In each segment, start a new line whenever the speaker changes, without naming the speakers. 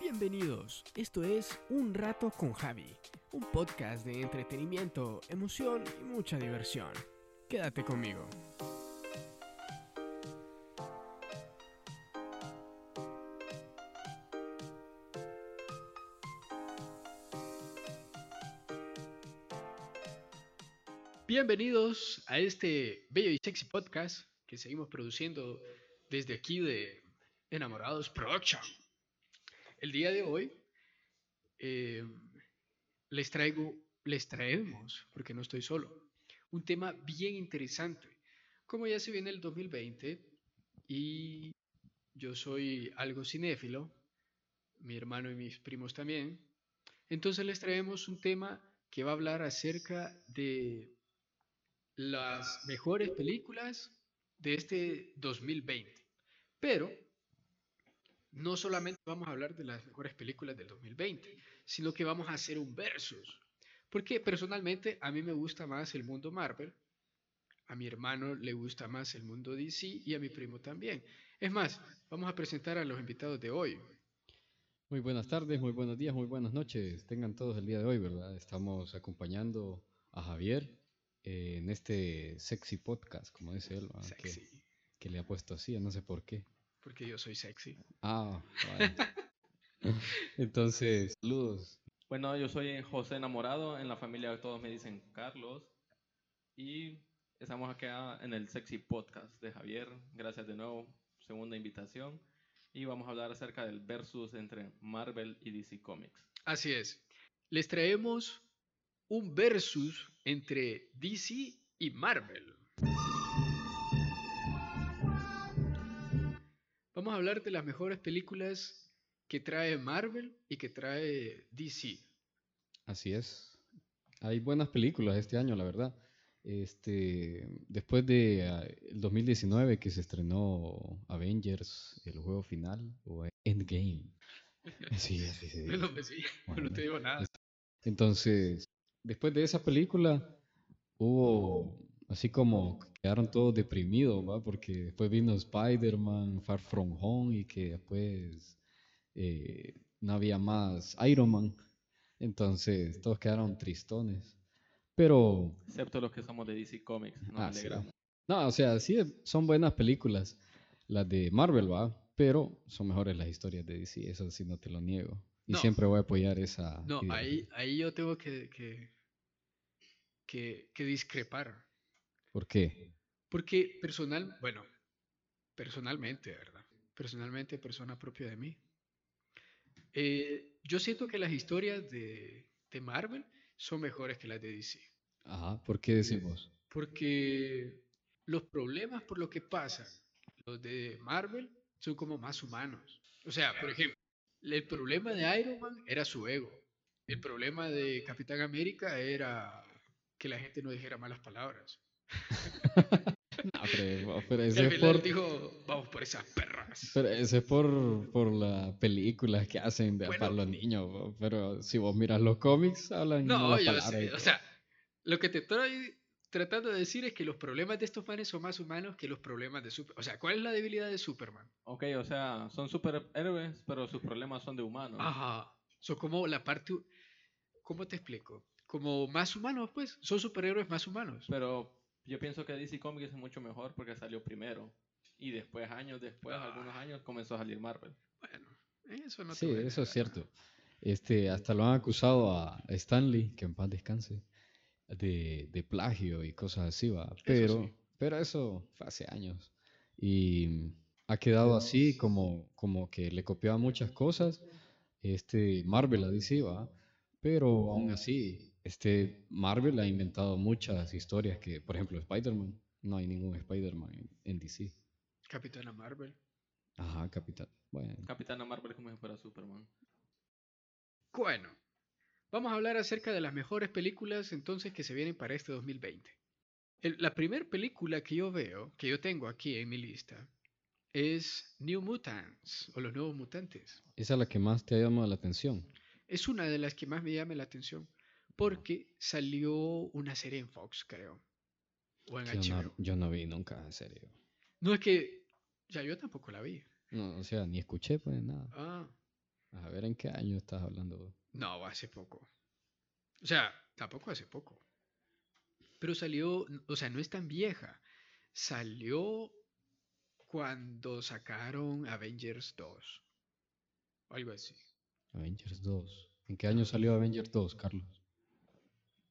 Bienvenidos, esto es Un Rato con Javi, un podcast de entretenimiento, emoción y mucha diversión. Quédate conmigo. Bienvenidos a este bello y sexy podcast que seguimos produciendo desde aquí de Enamorados Production. El día de hoy eh, les traigo, les traemos, porque no estoy solo, un tema bien interesante. Como ya se viene el 2020 y yo soy algo cinéfilo, mi hermano y mis primos también, entonces les traemos un tema que va a hablar acerca de las mejores películas de este 2020. Pero no solamente vamos a hablar de las mejores películas del 2020, sino que vamos a hacer un versus. Porque personalmente a mí me gusta más el mundo Marvel, a mi hermano le gusta más el mundo DC y a mi primo también. Es más, vamos a presentar a los invitados de hoy.
Muy buenas tardes, muy buenos días, muy buenas noches. Tengan todos el día de hoy, ¿verdad? Estamos acompañando a Javier eh, en este sexy podcast, como dice él, ¿verdad? Que-
Sexy,
Que, le ha puesto así, no sé por qué.
porque yo soy sexy.
Ah, vale. Entonces, saludos.
Bueno, yo soy José Enamorado, en la familia todos me dicen Carlos y estamos acá en el Sexy Podcast de Javier. Gracias de nuevo, segunda invitación y vamos a hablar acerca del versus entre Marvel y DC Comics.
Así es. Les traemos un versus entre DC y Marvel. Vamos a hablar de las mejores películas que trae Marvel y que trae DC.
Así es. Hay buenas películas este año, la verdad. Este, después de ah, el 2019 que se estrenó Avengers, el juego final o Endgame. Sí, así se dice.
No, me sigue,
Bueno.
no te digo nada.
Entonces, después de esa película, hubo así como quedaron todos deprimidos, ¿va? Porque después vino Spider-Man, Far From Home y que después eh, no había más Iron Man. Entonces, todos quedaron tristones. Pero
Excepto los que somos de DC Comics, nos
Ah, sí.
alegramos.
No, o sea, sí son buenas películas. Las de Marvel, va, pero son mejores las historias de DC, eso sí no te lo niego. Y
No.
siempre voy a apoyar esa.
No,
idea.
ahí, ahí yo tengo que, que, que, que discrepar.
¿Por qué?
Porque personal, bueno, personalmente, ¿verdad? Personalmente, persona propia de mí. Eh, yo siento que las historias de, de Marvel son mejores que las de DC.
Ajá, ¿por qué decimos?
Porque los problemas por los que pasan los de Marvel son como más humanos. O sea, por ejemplo, el problema de Iron Man era su ego. El problema de Capitán América era que la gente no dijera malas palabras.
No, Ah, pero, pero
Y
ese
al
es
final
por,
dijo, vamos por esas perras.
pero ese es por, por las películas que hacen de-
Bueno.
para los niños, va, pero si vos miras los cómics, hablan
No,
malas
yo
palabras y
sé. O
todo.
sea, lo que te estoy tratando de decir es que los problemas de estos manes son más humanos que los problemas de Superman. O sea, ¿cuál es la debilidad de Superman?
Ok, o sea, son superhéroes, pero sus problemas son de humanos.
Ah.
Ajá. Son como la parte. hu- ¿Cómo te explico? Como más humanos, pues. Son superhéroes más humanos.
Pero yo pienso que DC Comics es mucho mejor porque salió primero y después, años después,
Ah.
algunos años, comenzó a salir Marvel.
Bueno, eso no te
Sí,
voy a
eso es
negar.
cierto. Este, hasta lo han acusado a Stanley, que en paz descanse, de, de plagio y cosas así, va. Pero,
sí.
pero eso fue hace años. Y ha quedado así como, como que le copiaba muchas cosas. Este, Marvel a DC, va. Pero aún así, este, Marvel ha inventado muchas historias que, por ejemplo, Spider-Man. No hay ningún Spider-Man en, en DC.
Capitana Marvel.
Ajá, Capitán. Bueno,
Capitana Marvel como si fuera Superman.
Bueno, vamos a hablar acerca de las mejores películas entonces que se vienen para este 2020. El- la primera película que yo veo, que yo tengo aquí en mi lista, es New Mutants o Los Nuevos Mutantes.
esa es la que más te ha llamado la atención.
Es una de las que más me llama la atención porque salió una serie en Fox, creo. O en
Que Yo no,
HBO.
yo no vi nunca, en serio.
No es que ya yo tampoco la vi.
No, o sea, ni escuché, pues nada.
Ah,
A ver, ¿en qué año estás hablando? vos?
No, hace poco. O sea, tampoco hace poco. Pero salió, o sea, no es tan vieja. Salió cuando sacaron Avengers 2. Algo así.
Avengers 2. ¿En qué año salió Avengers 2, Carlos?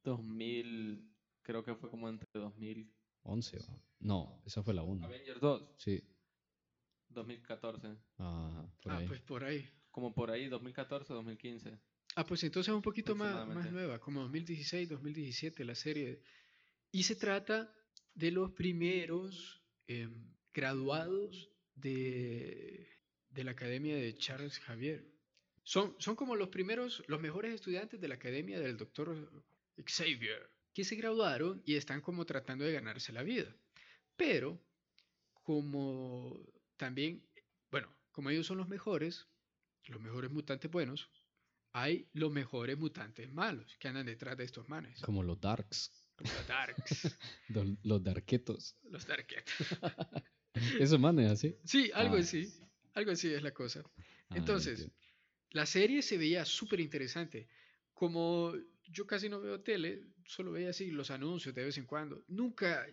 2000, creo que fue como entre 2000.
11, va. No, esa fue la 1.
Avengers 2,
Sí.
2014.
Ajá, por
ah,
ahí.
pues por ahí.
Como por ahí, 2014, 2015.
Ah, pues entonces un poquito más, más
Aproximadamente.
nueva, como 2016, 2017 la serie. Y se trata de los primeros em, graduados de, de la Academia de Charles Javier. Son, son como los primeros, los mejores estudiantes de la Academia del Doctor Xavier, que se graduaron y están como tratando de ganarse la vida. Pero, como también, bueno, como ellos son los mejores, los mejores mutantes buenos, hay los mejores mutantes malos que andan detrás de estos manes.
Como los Darks.
Como los Darks.
dol- Los Darketos.
los Darketos.
Esos manes así.
Sí, algo
Ah.
así. Algo así es la cosa.
Ah, ya
Entonces,
entiendo.
la serie se veía súper interesante. Como yo casi no veo tele, solo veía así los anuncios de vez en cuando. Nunca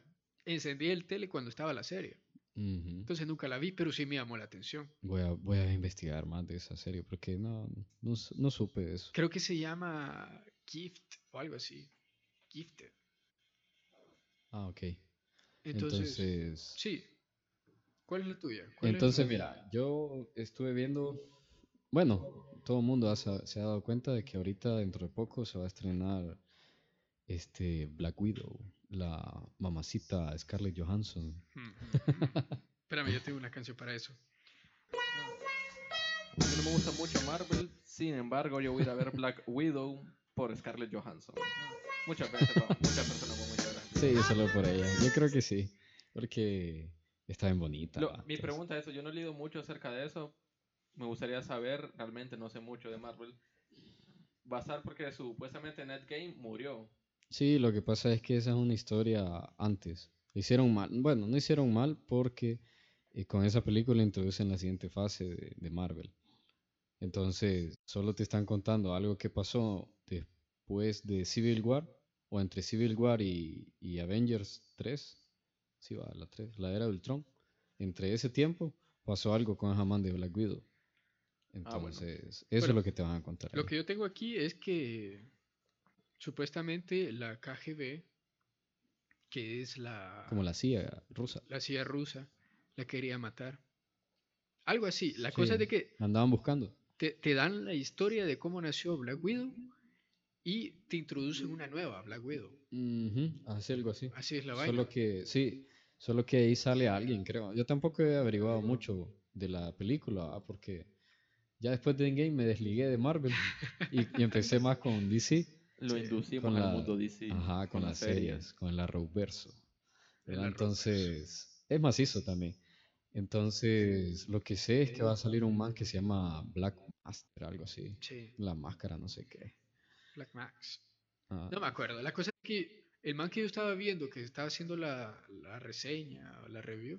encendí el tele cuando estaba la serie.
Ujú.
Entonces nunca la vi, pero sí me llamó la atención.
Voy a, voy a investigar más de esa serie porque no, no, su- no supe de eso.
Creo que se llama Gift o algo así. Gifted.
Ah, ok.
Entonces,
Entonces
sí. ¿Cuál es la tuya? ¿Cuál es
Entonces,
la-
mira, yo estuve viendo, bueno, todo el mundo ha sa- se ha dado cuenta de que ahorita dentro de poco se va a estrenar este Black Widow, la mamacita Scarlett Johansson.
Mm, mm, mm. Espérame, yo tengo una canción para eso.
A mí no me gusta mucho Marvel, sin embargo, yo voy a ir a ver Black Widow por Scarlett Johansson. Muchas veces, no, muchas personas con muchas gracias.
Sí, solo por ella. Yo creo que sí, porque está bien bonita.
Lo-
va,
mi
entonces-
pregunta es eso, yo no he leído mucho acerca de eso. Me gustaría saber, realmente no sé mucho de Marvel. Basar porque supuestamente Netgame murió.
Sí, lo que pasa es que esa es una historia antes. Hicieron mal, bueno, no hicieron mal porque eh, con esa película introducen la siguiente fase de, de Marvel. Entonces, solo te están contando algo que pasó después de Civil War o entre Civil War y, y Avengers 3. Sí, va, la 3, la era de Ultron. Entre ese tiempo pasó algo con Hammond de Black Widow.
Ah, bueno.
Entonces, eso es
Bueno,
lo que te van a contar.
Lo
ahí.
que yo tengo aquí es que supuestamente la KGB, que es la,
Como la CIA rusa.
la CIA rusa, la quería matar. Algo así. La cosa es de
Sí.
que
La andaban buscando.
te, te dan la historia de cómo nació Black Widow y te introducen una nueva Black Widow.
Ujú, hace algo así.
Así es la vaina.
Solo que, sí, solo que ahí sale alguien, creo. Yo tampoco he averiguado mucho de la película, ah, porque ya después de Endgame me desligué de Marvel y, y empecé más con DC,
Lo
Sí,
inducimos
con
al
la-
mundo DC.
ajá, con, las series, con la Arrowverso.
El
¿verdad?
Arrowverso.
Entonces, es macizo también. Entonces, lo que sé es que va a salir un man que se llama Black Master, algo así.
Sí,
La máscara, no sé qué.
Black Max.
Ah,
No me acuerdo. La cosa es que el man que yo estaba viendo, que estaba haciendo la, la reseña o la review,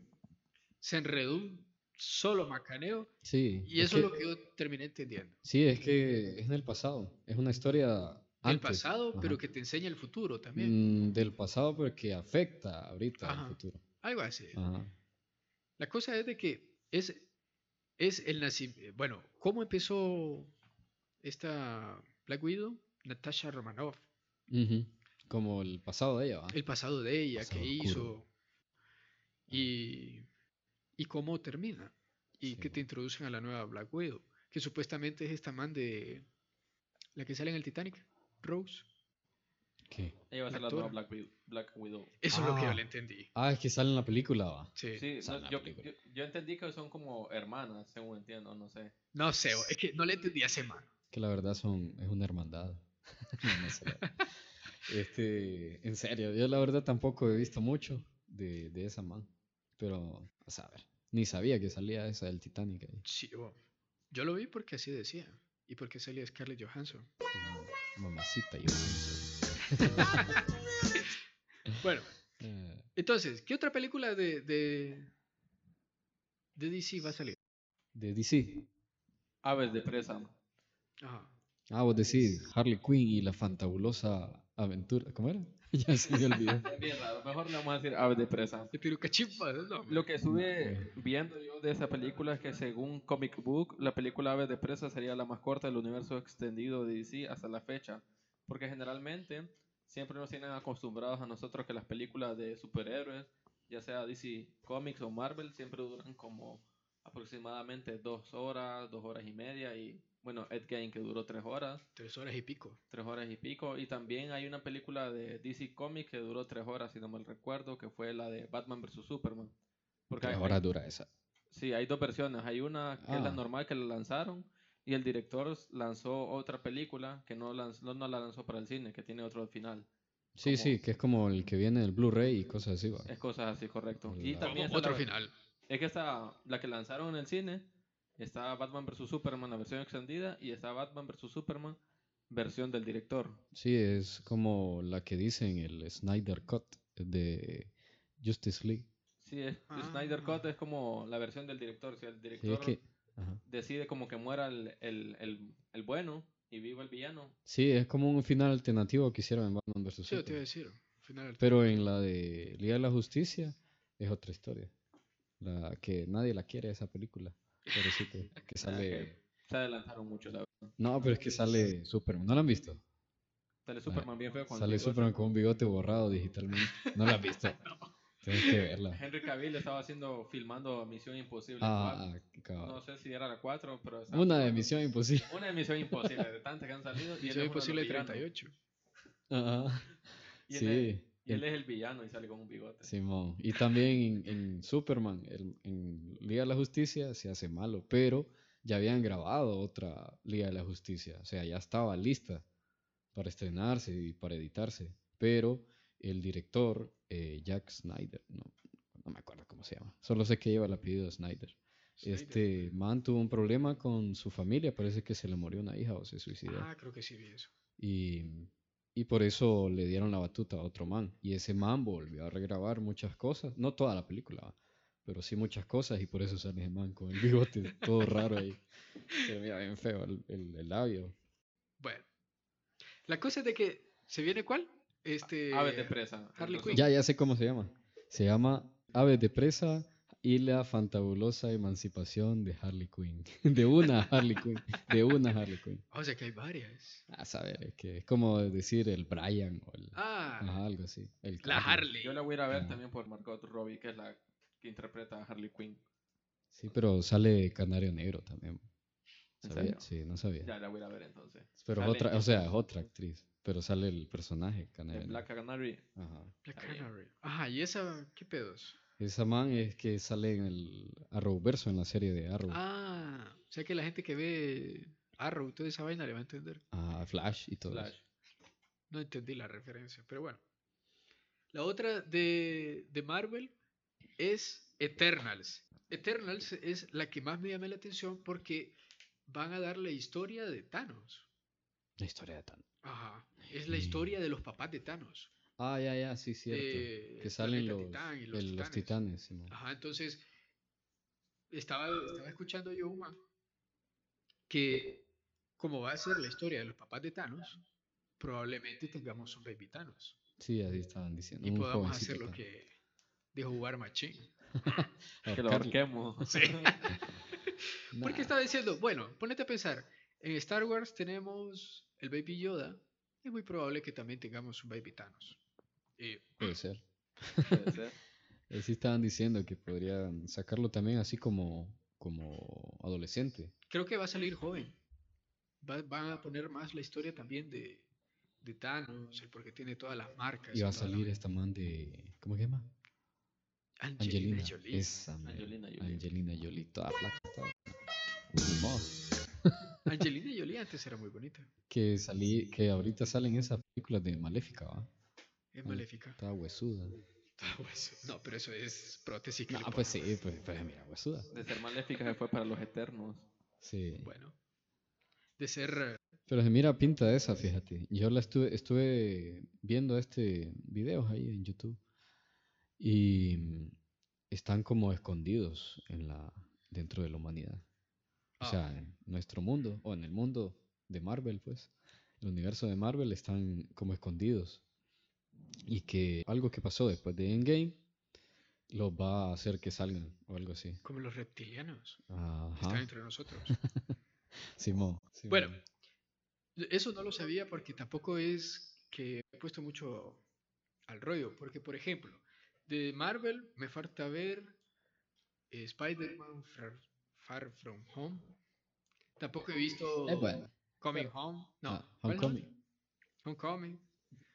se enredó un solo macaneo
sí.
y
es
eso es
que-
lo que yo terminé entendiendo.
Sí, es que es en el pasado. Es una historia
Del
antes,
pasado,
ajá.
pero que te enseña el futuro también.
Mm, del pasado, pero que afecta ahorita
Ajá.
al futuro.
Algo así.
Ajá.
La cosa es de que es, es el nacimiento. Bueno, ¿cómo empezó esta Black Widow? Natasha Romanoff.
Ujú. Como el pasado de ella, ¿va?
El pasado de ella,
Pasado
que
oscuro.
hizo y, y cómo termina. Y
Sí,
que te
bueno.
introducen a la nueva Black Widow, que supuestamente es esta man de la que sale en el Titanic, Rose.
¿Qué?
Ella va a ser la
Actora.
nueva Black Widow. Black Widow.
Eso es lo que yo
Ah.
le entendí.
Ah, es que sale en la película, ¿va?
Sí.
Sí,
esa
no,
es la
yo,
película.
yo- yo entendí que son como hermanas, según entiendo, no sé.
No sé, es que no le entendí a ese man.
Que la verdad son, es una hermandad. No, no sé, la verdad. este, en serio, yo la verdad tampoco he visto mucho de, de esa man. Pero, a saber, ni sabía que salía esa del Titanic ahí.
Sí, bo. yo lo vi porque así decía. Y porque salía Scarlett Johansson.
Una Mamacita, yo pienso.
Bueno,
Eh,
entonces, ¿qué otra película de, de, de DC va a salir?
de DC.
Aves de presa.
Ajá.
Ah, vos decís Harley Quinn y la fantabulosa aventura. ¿Cómo era? ya se me olvidó.
Bien raro, mejor le vamos a decir aves de presa.
De Pirucachimba, ¿no? No,
Lo que
eh.
estuve viendo yo de esa película es que según Comic Book, la película Aves de Presa sería la más corta del universo extendido de DC hasta la fecha. Porque generalmente siempre nos tienen acostumbrados a nosotros que las películas de superhéroes, ya sea DC Comics o Marvel, siempre duran como aproximadamente dos horas, dos horas y media. Y bueno, Ed Gein que duró tres horas,
Tres horas y pico.
tres horas y pico. Y también hay una película de DC Comics que duró tres horas, si no mal recuerdo, que fue la de Batman vs. Superman. Porque hay-
Tres
hay-
horas dura esa.
Sí, hay dos versiones. Hay una que es la
Ah.
normal que la lanzaron y el director s- lanzó otra película que no, lanz- no, no la lanzó para el cine, que tiene otro final.
Sí,
como-
sí, que es como el que viene del Blu-ray y cosas así. va.
Es cosas así, correcto. Y
Hola.
también
Como
está
otro
la-
final.
Es que está la que lanzaron en el cine, está Batman vs. Superman, la versión extendida, y está Batman vs. Superman, versión del director.
Sí, es como la que dicen el Snyder Cut de Justice League.
Sí, es, Snyder
Ah.
Cut es como la versión del director. Si el
Sí,
director
es que, ajá.
decide como que muera el, el- el- el bueno y viva el villano,
Sí, es como un final alternativo que hicieron en Batman vs.
Sí, yo te iba a decir.
Superman.
Final.
Pero en la de Liga de la Justicia es otra historia. La que nadie la quiere esa película. Pobrecito, que sale...
se adelantaron mucho, la
No, pero es que sale Superman. ¿No la han visto?
Sale Superman bien feo con
Sale
bigote.
Superman con un bigote borrado digitalmente. ¿No la has visto? Tienes que verla.
Henry Cavill estaba haciendo, filmando Misión Imposible.
Ah, ah,
cuatro.
cabal.
no sé si era la 4, pero. estaba
Una de
filmando-
Misión Imposible.
Una de Misión Imposible, de tantas que han salido. y él es
Misión
uno de los
Imposible
villanos.
38.
Ajá.
Y él
Sí.
es- Y
el-
él es el villano y sale con un bigote.
Simón. Y también en, en Superman, el- en Liga de la Justicia se hace malo, pero ya habían grabado otra Liga de la Justicia, o sea, ya estaba lista para estrenarse y para editarse, pero el director, eh, Jack Snyder, no, no me acuerdo cómo se llama, solo sé que lleva el apellido Snyder. Este man tuvo un problema con su familia, parece que se le murió una hija o se suicidó.
Ah, creo que sí vi eso.
Y, y por eso le dieron la batuta a otro man. Y ese man volvió a regrabar muchas cosas. No toda la película, va, pero sí muchas cosas. Y por eso sale ese man con el bigote todo raro ahí. Pero mira, bien feo el, el- el labio.
Bueno. La cosa es de que. ¿Se viene cuál? Este.
Aves de Ah, presa.
Harley
Entonces,
Quinn.
Ya, ya sé cómo se llama. Se llama Aves de Presa y la fantabulosa emancipación de Harley Quinn. De una Harley Quinn. De una Harley Quinn.
O sea que hay varias.
A saber, es que es como decir el Brian o el...
Ah,
ajá, algo así. El
la
Carlos.
Harley.
Yo la voy a ir a ver
Ah.
también por Margot Robbie, que es la que interpreta a Harley Quinn.
Sí, pero sale Canario Negro también.
¿En
¿Sabía?
serio?
Sí, no sabía.
Ya la voy a ir a ver entonces.
Pero
Sale
otra, o
en-
sea, es otra actriz. Pero sale el personaje Canario
En
Negro.
Black Canary.
Ajá.
La
Está bien.
Canary. Ajá, ¿y esa qué pedos?
Esa man es que sale en el Arrowverso, en la serie de Arrow. Ah,
Ah, o sea que la gente que ve Arrow y toda esa vaina le va a entender.
Flash y todo
Flash.
eso.
No entendí la referencia, pero bueno. La otra de, de Marvel es Eternals. Eternals es la que más me llama la atención porque van a dar la historia de Thanos.
La historia de Thanos.
Ajá. Es la historia de los papás de Thanos.
Ah, ya, ya, sí, cierto.
Eh,
que
el
salen
planeta
los,
Titán y los
el-
titanes. Ah.
los titanes. Simón.
Ajá, entonces estaba, estaba escuchando yo un man que como va a ser la historia de los papás de Thanos, probablemente tengamos un baby Thanos
Sí, así estaban diciendo.
y
un
podamos
jovencito
hacer lo
Thanos.
que dijo jugar Machín.
Que
Ahorcarlo.
lo ahorquemos.
Sí. Porque
Ah, Nah.
estaba diciendo, bueno, ponete a pensar, en Star Wars tenemos el baby Yoda, es muy probable que también tengamos un baby Thanos. Eh,
Puede ser.
Puede ser.
Eh, Sí estaban diciendo que podrían sacarlo también así como, como adolescente.
creo que va a salir joven. Va- van a poner más la historia también de, de Thanos, el porque tiene todas las marcas.
Y va a
toda la
salir
vaina.
esta man de... ¿Cómo se llama?
Angelina,
Angelina.
Jolie.
Esa mera.
Angelina Jolie.
Angelina Jolie. Toda flaca estaba. Ni modo.
Angelina Jolie antes era muy bonita.
Que, salí, que ahorita salen esas películas de Maléfica, ¿va?
Es
Ah.
maléfica.
Estaba huesuda.
Ah, pues, No, pero eso es prótesis. que
No,
le
pues sí,
ponen.
pues, pues mira, huesuda.
De ser maléfica se fue para los eternos.
Sí.
Bueno. De ser eh,
Pero se mira pinta esa, fíjate. Yo la estuve, estuve viendo este videos ahí en YouTube y mm, están como escondidos en la, dentro de la humanidad. O
Ah.
sea, en nuestro mundo o en el mundo de Marvel, pues, el universo de Marvel están como escondidos. Y que algo que pasó después de Endgame los va a hacer que salgan o algo así.
Como los reptilianos que están
Ajá.
entre nosotros.
Simón. Simón.
Bueno, eso no lo sabía porque tampoco es que he puesto mucho al rollo. Porque, por ejemplo, de Marvel me falta ver eh, Spider-Man Far, Far From Home. Tampoco he visto
Es Eh, bueno.
Coming Home. eh, No,
Ah,
¿cuál es?
Homecoming.
Homecoming.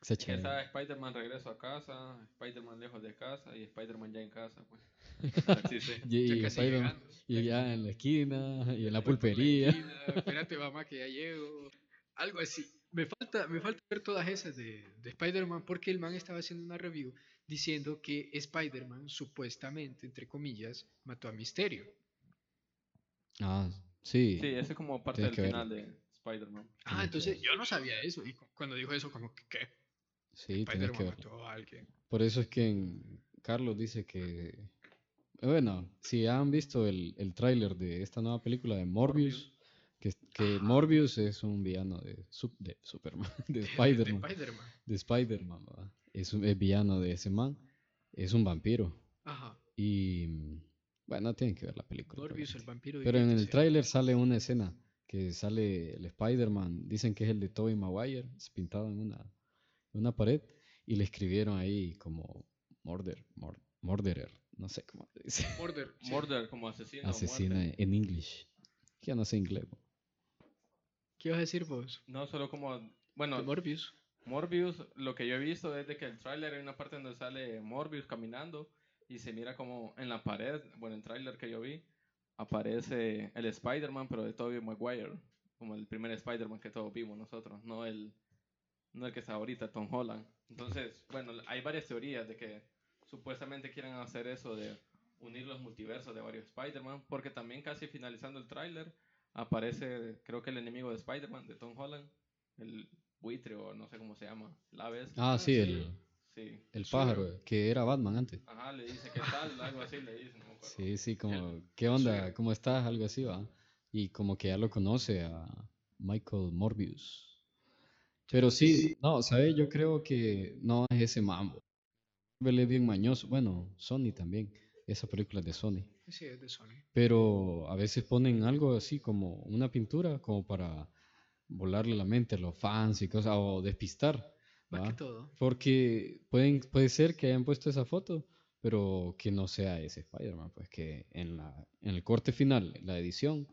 Se
Que
chévere.
está Spider-Man regreso a casa, Spider-Man lejos de casa y Spider-Man ya en casa, pues. Así sí.
Y,
ya
y
casi
Spider-Man-
llegando.
y ya en la esquina, y en la
Voy por
pulpería.
esquina, Espérate, mamá, que ya llego. Algo así. Me falta, me falta ver todas esas de, de Spider-Man porque el man estaba haciendo una review diciendo que Spider-Man supuestamente, entre comillas, mató a Misterio.
Ah, sí.
Sí, ese es como parte
Tienes
del
que
final de Spider-Man.
Tiene
Ah,
que
entonces
ver.
yo no sabía eso. Y cu- cuando dijo eso, como que ¿qué?
Sí, tenés que
Spider-Man
ver.
mató a alguien.
Por eso es que en- Carlos dice que... Bueno, si han visto el, el tráiler de esta nueva película de Morbius, que, que
Ah.
Morbius es un villano de, sup- de Superman, de
De
Spider-Man,
Spider-Man.
de Spider-Man, ¿verdad? es, un- es villano de ese man, es un vampiro.
Ajá.
Y mm, bueno, tienen que ver la película.
Morbius, el
obviamente.
vampiro.
Pero en el
diviértese.
tráiler sale una escena que sale el Spider-Man, dicen que es el de Tobey Maguire, es pintado en una, en una pared y le escribieron ahí como Murder, Mor- Murderer, no sé cómo le dice.
Murder. sí.
Murder como asesino.
Asesina
muerte.
en English. Que Ya no sé inglés. bo.
¿Qué ibas a decir vos?
No solo como.
De
Bueno,
Morbius.
Morbius, lo que yo he visto es de que el tráiler hay una parte donde sale Morbius caminando y se mira como en la pared, bueno, el tráiler que yo vi, aparece el Spider-Man, pero de Tobey Maguire, como el primer Spider-Man que todos vimos nosotros, no el, no el que está ahorita, Tom Holland. Entonces, bueno, hay varias teorías de que supuestamente quieren hacer eso de unir los multiversos de varios Spider-Man, porque también casi finalizando el tráiler aparece, creo que el enemigo de Spider-Man, de Tom Holland, el buitre o no sé cómo se llama, la vez.
Ah, sí,
sí.
el,
Sí.
el pájaro, que era Batman antes.
Ajá, le dice que tal, algo así le dice, no me acuerdo.
Sí, sí, como, ¿qué onda? ¿Cómo estás? Algo así, va. Y como que ya lo conoce a Michael Morbius. Pero sí, no, ¿sabes? Yo creo que no es ese mambo. Marvel es bien mañoso. Bueno, Sony también. Esa película es de Sony.
Sí, es de Sony.
Pero a veces ponen algo así como una pintura, como para volarle la mente a los fans y cosas, o despistar.
Más
¿va?
que todo.
Porque pueden, puede ser que hayan puesto esa foto, pero que no sea ese Spider-Man. Pues que en, la, en el corte final, en la edición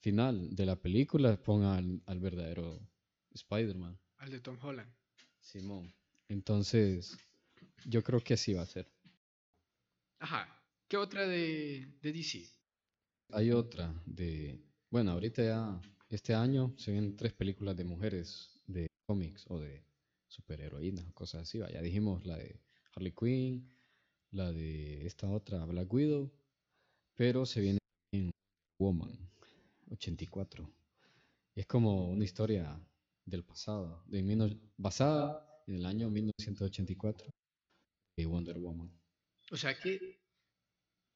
final de la película, ponga al, al verdadero Spider-Man,
Al de Tom Holland.
Simón. Entonces, yo creo que así va a ser.
Ajá. ¿Qué otra de, de DC?
Hay otra de. Bueno, ahorita ya, este año se ven tres películas de mujeres de cómics o de superheroínas o cosas así. va, Ya dijimos la de Harley Quinn, la de esta otra Black Widow, pero se viene en Woman 84. Es como una historia del pasado, de mil- basada en el año 1984 de Wonder Woman.
O sea que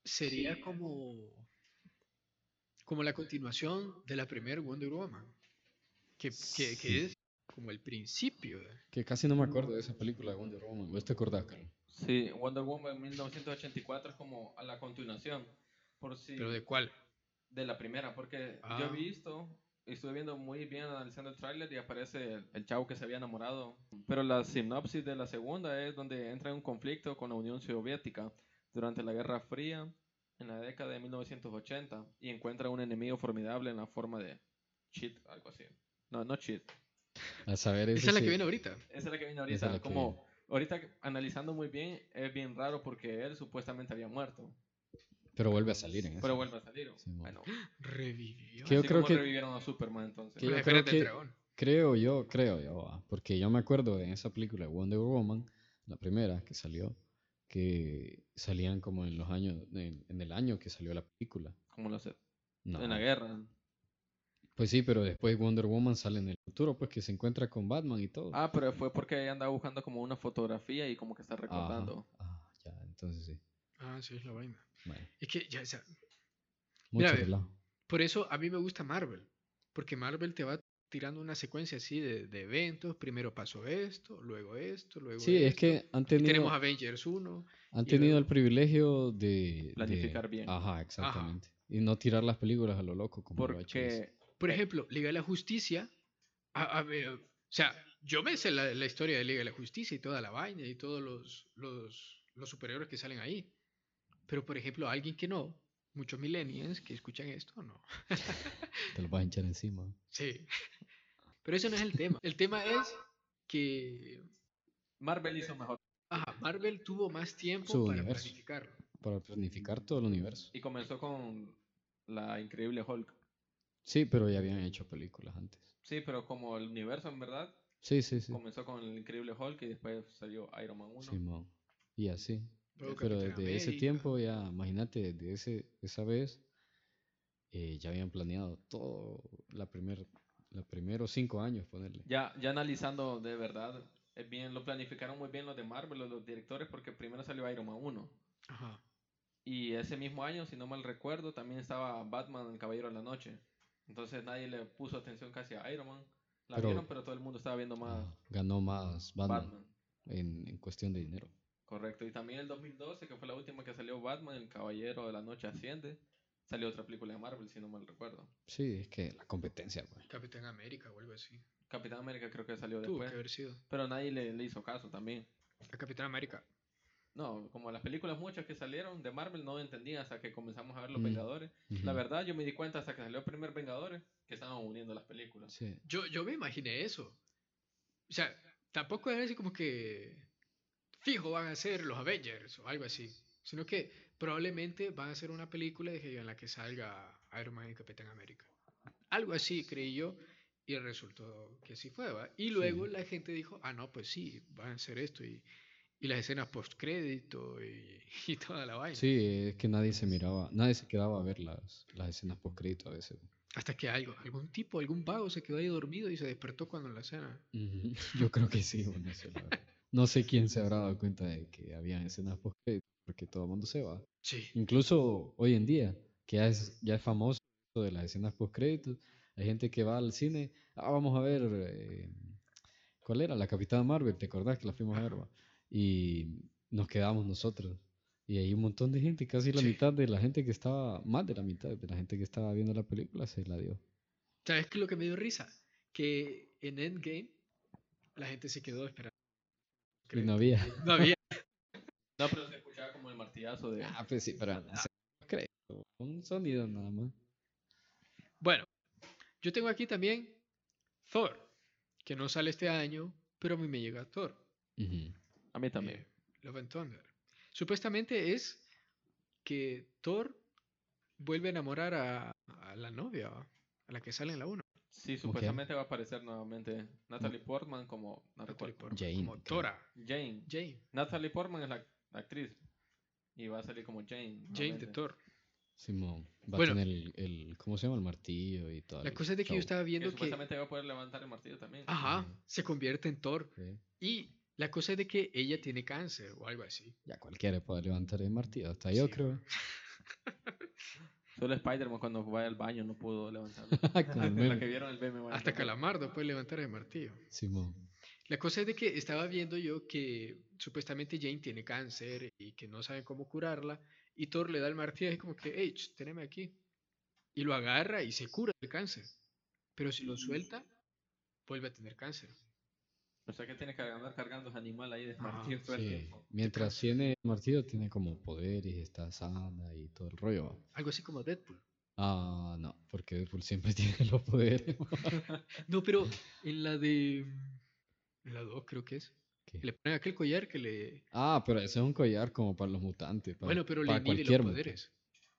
sería como, como la continuación de la primera Wonder Woman, que, que- que
Sí.
es como el principio. de-
Que casi no me acuerdo de esa película de Wonder Woman. ¿Vos te acordás, Carlos?
Sí, Wonder Woman 1984 es como a la continuación, por si
¿Pero
de...
de cuál?
la primera, porque yo
Ah.
he visto, y estuve viendo muy bien analizando el tráiler y aparece el, el chavo que se había enamorado, pero la sinopsis de la segunda es donde entra en un conflicto con la Unión Soviética durante la Guerra Fría en la década de 1980 y encuentra un enemigo formidable en la forma de cheat, algo así. No, no cheat,
A saber,
Esa
ese
es la que
sí.
viene ahorita.
Esa es la que viene
Esa es
ahorita.
la que
como, ahorita que- analizando muy bien, es bien raro porque él supuestamente había muerto.
Pero vuelve a salir en
Pero
esa.
vuelve a salir.
Sí, mo.
bueno,
Revivió.
Que yo
así
creo
como
que-
revivieron a Superman entonces.
que
Con
yo
las
creo
esferas del
que-
dragón.
Creo yo, creo yo, ah, porque yo me acuerdo en esa película de Wonder Woman, la primera que salió, que salían como en los años, en, en el año que salió la película.
Como lo sé.
No.
En la guerra.
Pues sí, pero después Wonder Woman sale en el futuro, pues que se encuentra con Batman y todo.
Ah, pero fue porque ella andaba buscando como una fotografía y como que está
Ajá.
recordando.
Ah, ya, entonces sí.
Ah, sí, es la vaina.
Bueno,
Es que ya, o sea,
mucho
Mira, ve.
relajo.
por eso a mí me gusta Marvel, porque Marvel te va tirando una secuencia así de, de eventos. Primero pasó esto, luego esto, luego
Sí, es
esto.
que han
Y
tenido,
tenemos Avengers 1.
han
y
tenido
luego-
el privilegio de... de-
Planificar bien.
Ajá, exactamente. Y no tirar las películas a lo loco como lo ha hecho ese.
Porque
Por ejemplo, Liga de la Justicia. a- a ver, o sea, yo me sé la, la historia de Liga de la Justicia y toda la vaina y todos los, los, los superhéroes que salen ahí. Pero, por ejemplo, alguien que no, muchos millennials que escuchan esto, no.
Te lo vas a hinchar encima.
Sí. Pero eso no es el tema. El tema es que
Marvel hizo mejor
ajá, Marvel tuvo más tiempo
Su
para
universo.
planificarlo.
Para planificar todo el universo.
y comenzó con la increíble Hulk.
Sí, pero ya habían hecho películas antes.
Sí, pero como el universo en verdad
Sí, sí, sí.
comenzó con el increíble Hulk y después salió Iron Man 1.
Simón. Y así.
Luego
Pero
Capitán
desde ese
América.
tiempo ya, imagínate, desde ese, esa vez eh, ya habían planeado todo, la primer, los primeros cinco años, ponerle.
Ya, ya analizando de verdad, es bien, lo planificaron muy bien los de Marvel, los, los directores, porque primero salió Iron Man 1.
Ajá.
Y ese mismo año, si no mal recuerdo, también estaba Batman, el Caballero de la Noche. Entonces nadie le puso atención casi a Iron Man. La
Pero-
vieron, pero todo el mundo estaba viendo más
Ah, ganó más Batman,
Batman.
En, en cuestión de dinero.
Correcto, y también el 2012, que fue la última que salió Batman, El Caballero de la Noche Asciende, salió otra película de Marvel, si no mal recuerdo.
Sí, es que la competencia, güey.
Capitán América o algo así.
Capitán América creo que salió
Tuvo
después,
que haber sido.
pero nadie le, le hizo caso también.
A Capitán América.
No, como las películas muchas que salieron de Marvel no entendía hasta que comenzamos a ver Los
Mm.
Vengadores. La
Ujú.
verdad, yo me di cuenta hasta que salió el primer Vengadores que estaban uniendo las películas.
Sí.
Yo, yo me imaginé eso. O sea, tampoco era así como que fijo van a ser los Avengers o algo así. Sino que probablemente van a ser una película dije yo, en la que salga Iron Man y Capitán América. Algo así creí yo y resultó que sí fue. ¿va? Y luego
Sí.
la gente dijo, ah, no, pues sí, van a ser esto. Y, y las escenas postcrédito y, y toda la vaina.
Sí, es que nadie se miraba, nadie se quedaba a ver las, las escenas post crédito a veces.
Hasta que algo, algún tipo, algún vago se quedó ahí dormido y se despertó cuando la escena.
Ujú, Yo creo que sí, güey, no sé, la verdad. No sé quién se habrá dado cuenta de que habían escenas post crédito, porque todo el mundo se va.
Sí.
Incluso hoy en día, que ya es, ya es famoso esto de las escenas post créditos, hay gente que va al cine, ah, vamos a ver, eh, ¿cuál era? La Capitana Marvel, ¿te acordás que la fuimos a ver? va? Y nos quedamos nosotros. Y hay un montón de gente, casi la
Sí.
mitad de la gente que estaba, más de la mitad de la gente que estaba viendo la película se la dio.
¿Sabes qué es lo que me dio risa? Que en Endgame la gente se quedó esperando.
Y no había.
No había.
No, pero se escuchaba como el martillazo de...
Ah, pues sí, pero no sé, no creo. Un sonido nada más.
Bueno, yo tengo aquí también Thor, que no sale este año, pero a mí me llega Thor.
Ujú.
A mí
eh, Love and Thunder. Supuestamente es que Thor vuelve a enamorar a, a la novia, ¿va? a la que sale en la 1.
Sí, supuestamente va a aparecer nuevamente
Mm.
Natalie Portman como... No
Natalie
recuerdo.
Portman,
Jane,
Como
creo.
Tora.
Jane.
Jane.
Natalie Portman es la, la actriz. Y va a salir como Jane.
Jane de
nuevamente.
Thor.
Simón, va
Bueno.
a tener el, el- ¿cómo se llama? El martillo y todo.
La
el
cosa es de que yo
show.
estaba
Que
viendo que...
supuestamente va a poder levantar el martillo también.
Ajá,
Ujú.
se convierte en Thor.
Sí.
Y la cosa es de que ella tiene cáncer o algo así.
Ya cualquiera puede levantar el martillo, hasta yo
Sí,
creo.
Solo Spider-Man cuando vaya al baño no pudo levantarlo.
Con el
la
meme.
que vieron el meme.
Hasta Calamardo puede levantar el martillo.
Simón.
La cosa es de que estaba viendo yo que supuestamente Jane tiene cáncer y que no saben cómo curarla. Y Thor le da el martillo y es como que, hey, ch, teneme aquí. Y lo agarra y se cura el cáncer. Pero si lo suelta, vuelve a tener cáncer.
O sea que tiene que andar cargando ese animal ahí de
Ajá,
martillo todo el
Ah, Sí.
tiempo.
Mientras tiene el martillo, tiene como poderes, está sana y todo el rollo. ¿va?
Algo así como Deadpool.
Ah, no, porque Deadpool siempre tiene los poderes.
No, pero en la de... En la 2 creo que es.
¿Qué?
Le ponen aquel collar que le...
Ah, pero eso es un collar como para los mutantes. Para,
Bueno, pero le
para
mide los
cualquier muta-
poderes.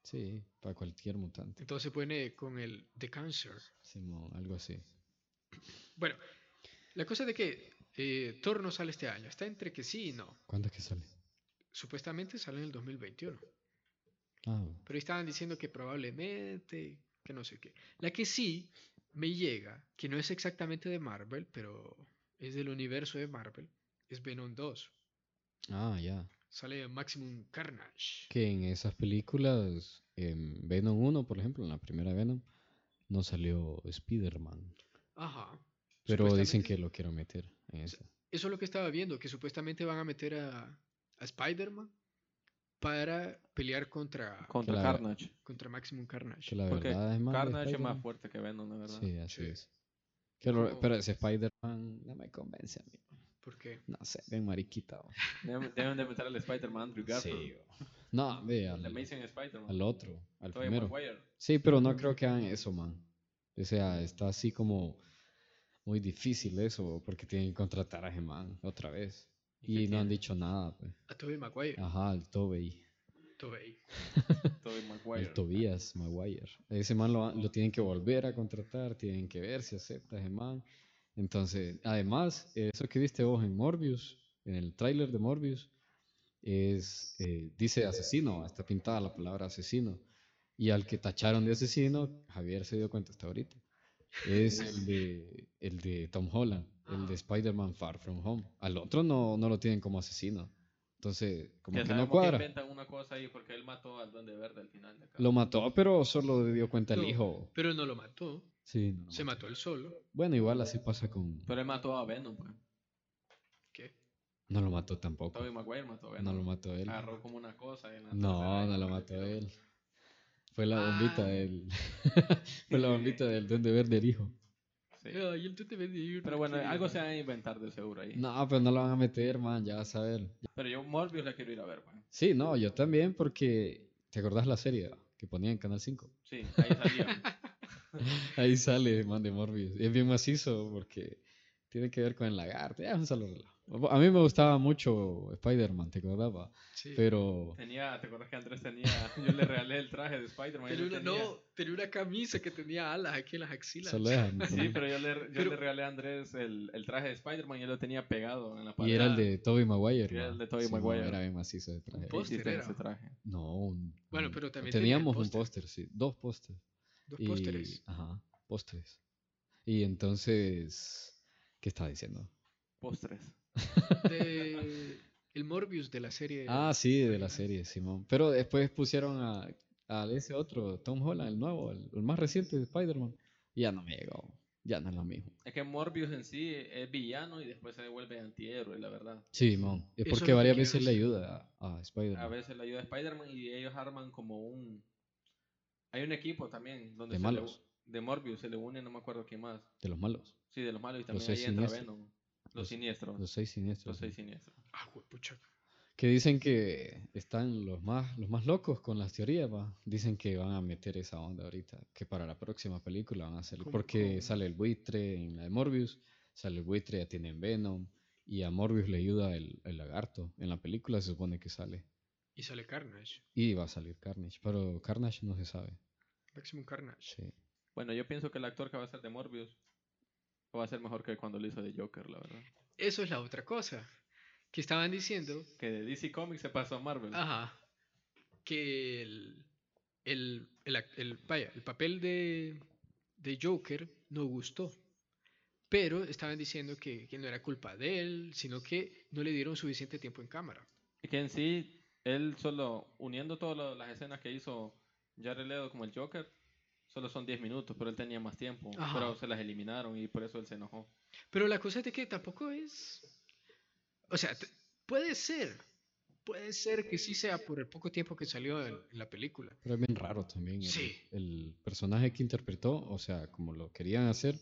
Sí, para cualquier mutante.
Entonces pone con el The Cancer.
Simón, algo así.
Bueno, la cosa de que eh, Thor no sale este año. Está entre que sí y no.
¿Cuándo es que sale?
Supuestamente sale en el 2021.
Ah,
Pero ahí estaban diciendo que probablemente, que no sé qué. La que sí me llega, que no es exactamente de Marvel, pero es del universo de Marvel, es Venom 2.
ah ya.
Sale Maximum Carnage.
que en esas películas, en Venom 1, por ejemplo, en la primera Venom, no salió Spider-Man.
Ajá.
Pero dicen
Supuestamente-
que lo quiero meter en esa.
Eso es lo que estaba viendo, que supuestamente van a meter a, a Spider-Man para pelear contra,
Contra
la-
Carnage.
contra Maximum Carnage.
Que la
Porque
verdad es más. de
Carnage es más
Spider-Man.
fuerte que Venom, la verdad.
Sí, así
Sí.
es. Que lo-
Como-
pero ese Spider-Man no me convence a mí.
Porque
No sé, bien mariquita. o.
Deben, deben de meter al Spider-Man Andrew Garfield.
Sí, o. No, ve
El
al,
Amazing Spider-Man.
al otro, al
Tobey
primero.
Maguire.
Sí, pero no creo que hagan eso, man. O sea, está así como muy difícil eso, porque tienen que contratar a Gemán otra vez.
qué
Y no han
tiene?
dicho nada. pues.
a Tobey Maguire,
Ajá, al Tobey,
Tobey.
Tobey Maguire.
al Tobías Maguire. Ese man lo, han- lo tienen que volver a contratar, tienen que ver si acepta Gemán. Entonces, además, eso que viste vos en Morbius, en el tráiler de Morbius, es, eh, dice asesino, está pintada la palabra asesino. Y al que tacharon de asesino, Javier se dio cuenta hasta ahorita, es el de, el de Tom Holland, el de Spider-Man Far From Home. Al otro no, no lo tienen como asesino. Entonces, como
Que
que,
sabemos
no
que
cuadra.
inventan una cosa ahí porque él mató al Duende Verde al final de acá.
Lo mató, pero solo le dio cuenta el
No.
hijo.
Pero no lo mató,
Sí, no lo
se
mató.
mató él solo.
Bueno, igual así pasa con...
Pero él mató a Venom, pues.
¿Qué?
No lo mató tampoco.
Tobey Maguire mató a Venom.
No lo mató él.
Agarró como una cosa. en la tercera
Ah, No,
y
no lo
pues, le
mató
tiró.
él. Fue la bombita
Ah.
del. Fue la bombita del duende verde el hijo.
Sí.
Ay, él te te vendió,
Pero bueno,
querido.
algo se va a inventar de seguro ahí.
No, pero no lo van a meter, man, ya vas a ver.
Pero yo Morbius la quiero ir a ver, pues.
Sí, no, yo también, porque. ¿Te acordás la serie que ponía en Canal 5?
Sí, ahí salía.
Ahí sale, man, de Morbius. Es bien macizo porque tiene que ver con el lagarto. Ya, un solo relajo. A mí me gustaba mucho Spider-Man, ¿te acordás? va?
Sí.
Pero.
Tenía, ¿te acuerdas que Andrés tenía? Yo le regalé el traje de Spider-Man. y
Tenía
él
una,
tenía.
no, tenía una camisa que tenía alas aquí en las axilas.
Solo dejan.
Sí, pero yo le, yo
Pero-
le regalé a Andrés el, el traje de Spider-Man y él lo tenía pegado en la pared.
Y era el de Tobey Maguire.
Y era
va.
el de Tobey
Sí, man,
Maguire.
Era bien macizo de traje.
Un post- póster
Existe
era.
ese traje.
No, un-
Bueno,
un-
pero también tenía el
teníamos un
póster.
póster, sí, dos pósters.
Dos
y-
pósteres.
Ajá, pósteres. Y entonces, ¿qué estaba diciendo?
Postres.
De el Morbius de la serie.
Ah, sí, de la serie, Simón. Pero después pusieron a, a ese otro, Tom Holland, el nuevo, el, el más reciente de Spider-Man. Y ya no me llegó, ya no es lo mismo.
Es que Morbius en sí es villano y después se vuelve antihéroe, la verdad.
Simón,
Eso
es
es
porque
lo que
varias
quiero
veces le
decir.
ayuda a, a
A
Spider-Man.
veces le ayuda a Spider-Man y ellos arman como un... Hay un equipo también donde...
De
se
malos.
le- de Morbius, se le une, no me acuerdo quién más.
De los malos,
Sí, de los malos y también
seis
ahí entra
siniestros.
Venom. Los,
Los-
siniestros.
los seis siniestros.
los seis
sí.
siniestros.
Ah, huepucha.
Que dicen que están los más, los más locos con las teorías, va. Dicen que van a meter esa onda ahorita, que para la próxima película van a hacer,
¿Cómo-
porque
cómo?
sale el buitre en la de Morbius, sale el buitre, ya tienen Venom, y a Morbius le ayuda el, el lagarto. En la película se supone que sale.
Y sale Carnage.
Y va a salir Carnage, pero Carnage no se sabe.
Maximum Carnage.
Sí.
Bueno, yo pienso que el actor que va a ser de Morbius va a ser mejor que cuando lo hizo de Joker, la verdad.
Eso es la otra cosa. Que estaban diciendo.
Que de DC Comics se pasó a Marvel.
Ajá. Que el. El, el, ac- el- vaya, el papel de, de Joker no gustó. Pero estaban diciendo que, que no era culpa de él, sino que no le dieron suficiente tiempo en cámara.
Es que en sí, él solo, uniendo todas lo- las escenas que hizo Jared Leto como el Joker, solo son 10 minutos, pero él tenía más tiempo.
Ajá.
Pero se las eliminaron y por eso él se enojó.
Pero la cosa es de que tampoco es. O sea, te- puede ser. Puede ser que sí sea por el poco tiempo que salió en, en la película.
Pero es bien raro también. El,
Sí.
el personaje que interpretó, o sea, como lo querían hacer,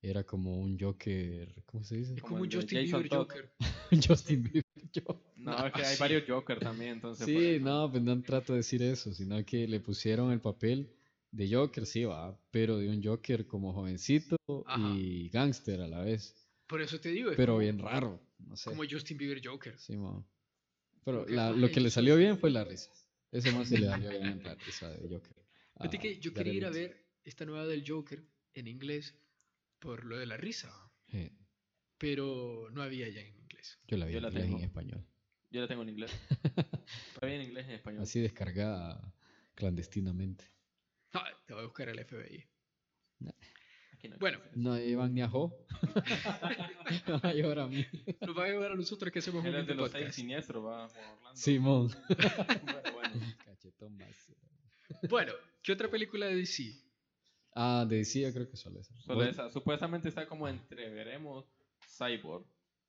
era como un Joker, ¿cómo se dice?
Es
Como
como un
el de
Justin
Jason
Bieber
Todd.
Joker.
Justin Bieber. yo-
No, es que hay varios Joker también, entonces. por
Sí,
eso.
no, pues no trato de decir eso, sino que le pusieron el papel de Joker, sí va, pero de un Joker como jovencito
Ajá.
y gángster a la vez,
Por eso te digo, es
pero
como,
bien raro, no sé.
como Justin Bieber Joker.
Sí, mo. Pero
Ok,
la-
ok.
lo que le salió bien fue la risa. Ese más se le salió bien la risa de Joker.
Fíjate
a
que yo
Jared
quería ir a
Leto.
ver esta nueva del Joker en inglés por lo de la risa, ¿va?
Sí,
pero no había ya en inglés.
Eh, yo la vi
Yo
en
la
inglés y en
tengo.
español.
Yo la tengo en inglés. Está bien en inglés y en español.
Así descargada clandestinamente.
No, Ah, te voy a buscar al FBI.
Aquí no
Bueno.
existe.
No llevan ni a Jo. Van a llevar a mí.
Nos van a llevar a nosotros que hacemos un
Él es de
lindo
los seis
podcast.
siniestros, va Juan Orlando.
Simón.
Bueno, bueno.
Cachetón más.
Bueno, ¿qué otra película de DC?
Ah, decía, creo que solo esa.
Solo
Bueno,
esa. Supuestamente está como entre veremos Cyborg,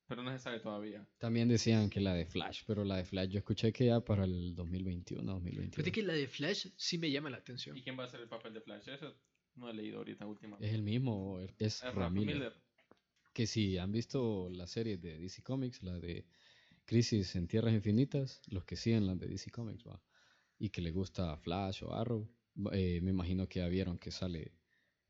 pero no se sabe todavía.
También decían que la de Flash, pero la de Flash yo escuché que ya para el 2021, 2022.
Fíjate que la de Flash sí me llama la atención.
¿Y quién va a hacer el papel de Flash? Eso no he leído ahorita últimamente.
Es el mismo, er, es
Es Rafa
Ramírez.
Miller.
Que si han visto las series de DC Comics, la de Crisis en Tierras Infinitas, los que siguen las de DC Comics, va, y que le gusta Flash o Arrow, va, eh, me imagino que ya vieron que sale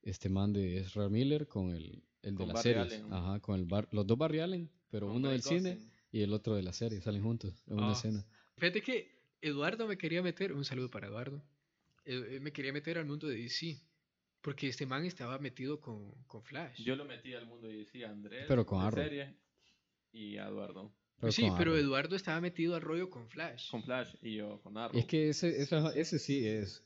este man de Ezra Miller con el, el de
Con
las
Barry
series.
Allen.
Ajá, con el bar, los dos Barry Allen, pero
Con
uno
Ryan
del cine
Gosling.
y el otro de la serie, salen juntos en
Ah.
una escena.
Fíjate que Eduardo me quería meter, un saludo para Eduardo, eh, eh, me quería meter al mundo de DC, porque este man estaba metido con, con Flash.
Yo lo metí al mundo y decía Andrés.
Pero con
de
Arrow.
serie, y a Eduardo.
Pero
sí,
con
pero
Arrow.
Eduardo estaba metido al rollo con Flash.
Con Flash y yo con Arrow.
Es que ese, esa- ese sí es.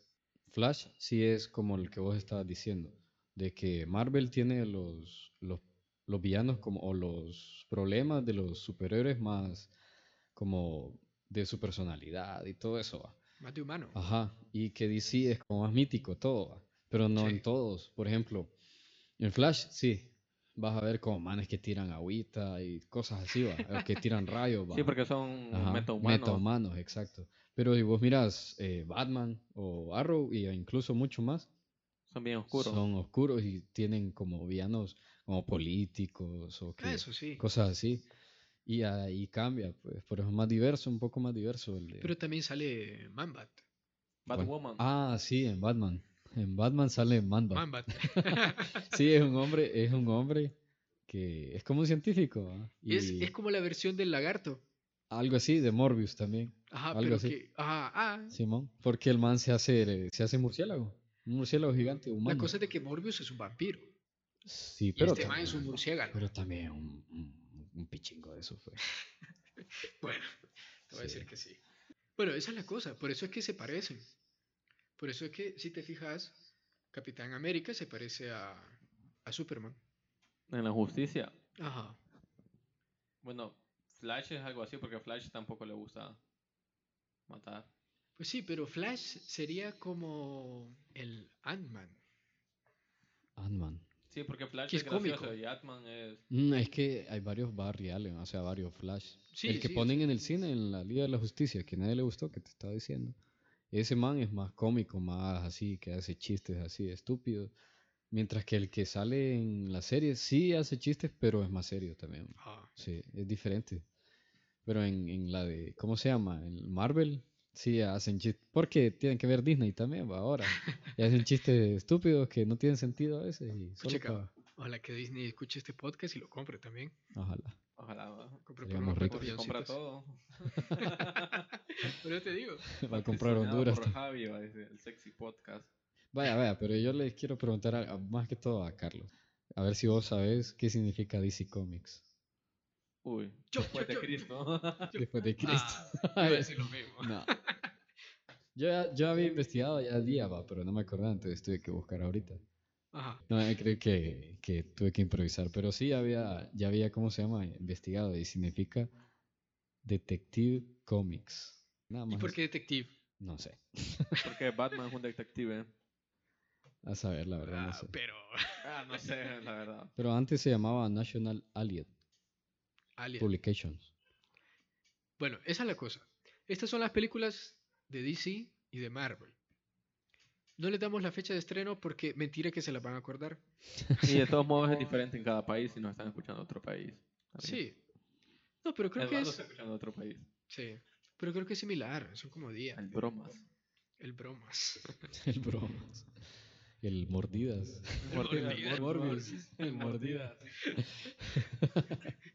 Flash sí es como el que vos estabas diciendo. De que Marvel tiene los, los, los villanos como, o los problemas de los superhéroes más como de su personalidad y todo eso. ¿va?
Más de humano.
Ajá. Y que DC es como más mítico todo. ¿va? Pero no
Sí.
en todos. Por ejemplo, en Flash sí. Vas a ver como manes que tiran agüita y cosas así, ¿va? O que tiran rayos, ¿va?
Sí, porque son
Ajá,
metahumanos.
metahumanos, exacto. Pero si vos miras eh, Batman o Arrow y e incluso mucho más,
Son bien oscuros.
son oscuros y tienen como villanos como políticos o
Ah,
que-
eso sí.
cosas así. Y ahí cambia, pues, por eso es más diverso, un poco más diverso el de-
Pero también sale Mambat.
¿cuál?
Batwoman.
Ah, sí, en Batman. En Batman sale Manbat.
Mambat.
Sí, es un hombre, es un hombre que es como un científico, ¿ah?
es,
Y
es como la versión del lagarto.
algo así de Morbius también.
Ajá,
Algo
pero
así.
que. Ajá, ah.
Simón, porque el man se hace, se hace murciélago. Un murciélago gigante, humano.
La cosa es de que Morbius es un vampiro.
Sí,
Y
pero,
este man
también,
es un murciélago.
pero también un, un- un pichingo de eso fue.
Bueno, te voy a decir
Sí.
que sí. Bueno, esa es la cosa, por eso es que se parecen. Por eso es que, si te fijas, Capitán América se parece a, a Superman.
En la justicia.
Ajá.
Bueno, Flash es algo así porque a Flash tampoco le gusta matar.
Pues sí, pero Flash sería como el Ant-Man.
Ant-Man.
Sí, porque Flash
Que
es,
es cómico.
gracioso y Atman es...
Mm, es que hay varios Barry Allen, o sea, varios Flash.
Sí,
el que
sí,
ponen en el cine, en la Liga de la Justicia, que nadie le gustó, que te estaba diciendo. Ese man es más cómico, más así, que hace chistes así estúpidos. Mientras que el que sale en la serie sí hace chistes, pero es más serio también.
Ajá.
Sí, es diferente. Pero en, en la de, ¿cómo se llama? En Marvel, sí hacen chistes. Porque tienen que ver Disney también, va, ahora. Y hacen chistes estúpidos que no tienen sentido a veces. Y solo
Puchica.
pa-
Ojalá que Disney escuche este podcast y lo compre también.
Ojalá.
Ojalá. ¿va?
Compre por
Seríamos
unos
ricos.
Porque compra todo.
Pero yo te digo,
Va a comprar
Patrocinado
Honduras.
Por
también.
Javi, va, dice, el sexy podcast.
Vaya, vaya, pero yo les quiero preguntar a- a- más que todo a Carlos. A ver si vos sabés qué significa DC Comics.
Uy,
Yo- yo-
después de
yo-
Cristo.
Después de Cristo.
ah, iba a decir lo mismo.
No. Yo ya, yo había investigado ya día, va, pero no me acordaba, entonces tuve que buscar ahorita.
Ajá.
No, eh, creo que, que tuve que improvisar, pero sí había, ya había, ¿cómo se llama? Investigado y significa Detective Comics. Nada
¿Y
más.
por
eso.
qué detective?
No sé.
porque Batman es un detective.
A saber, la verdad, no
Ah,
sé.
pero.
Ah, no sé, la verdad.
Pero antes se llamaba National Alien
Alien.
Publications.
Bueno, esa es la cosa. Estas son las películas de DC y de Marvel. No les damos la fecha de estreno porque mentira que se las van a acordar.
Y de todos modos es diferente en cada país si nos están escuchando en otro país. También.
Sí. No, pero creo que
Eduardo
es.
está escuchando en otro país.
Sí. Pero creo que es similar. Son como días.
Al bromas.
El bromas.
El bromas. El mordidas.
Mordidas,
Mordidas,
Morbius.
El mordidas.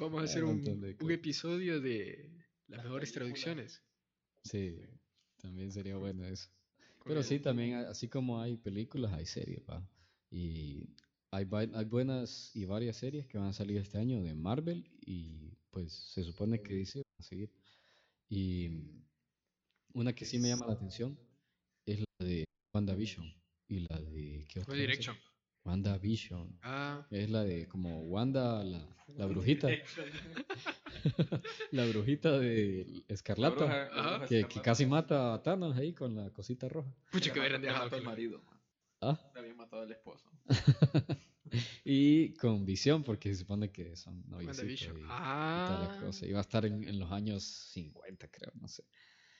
Vamos a
Hay
hacer
un
un,
montón de
un
cosas.
episodio de las
Las
mejores
películas.
traducciones.
Sí, también sería bueno eso.
con
Pero
el-
sí, también, a- así como hay películas, hay series, va. Y hay, vai- hay buenas y varias series que van a salir este año de Marvel y pues se supone que dice a seguir. Y una que sí me llama la atención es la de WandaVision y la de... ¿qué otra
Fue
serie?
Direction.
WandaVision.
Ah,
Es la de como Wanda, la, la brujita, la brujita de
La
Escarlata,
bruja- la
Ajá.
bruja
que, que
escarlata.
casi mata a Thanos ahí con la cosita roja.
pucha que hubieran
Mató
dejado
al
que-
marido.
¿Ah?
Le había matado al esposo.
y con visión, porque se supone que son noviecitos
WandaVision.
y, y toda la
Ah,
cosa. Y va a estar en, en los años 50, creo, no sé.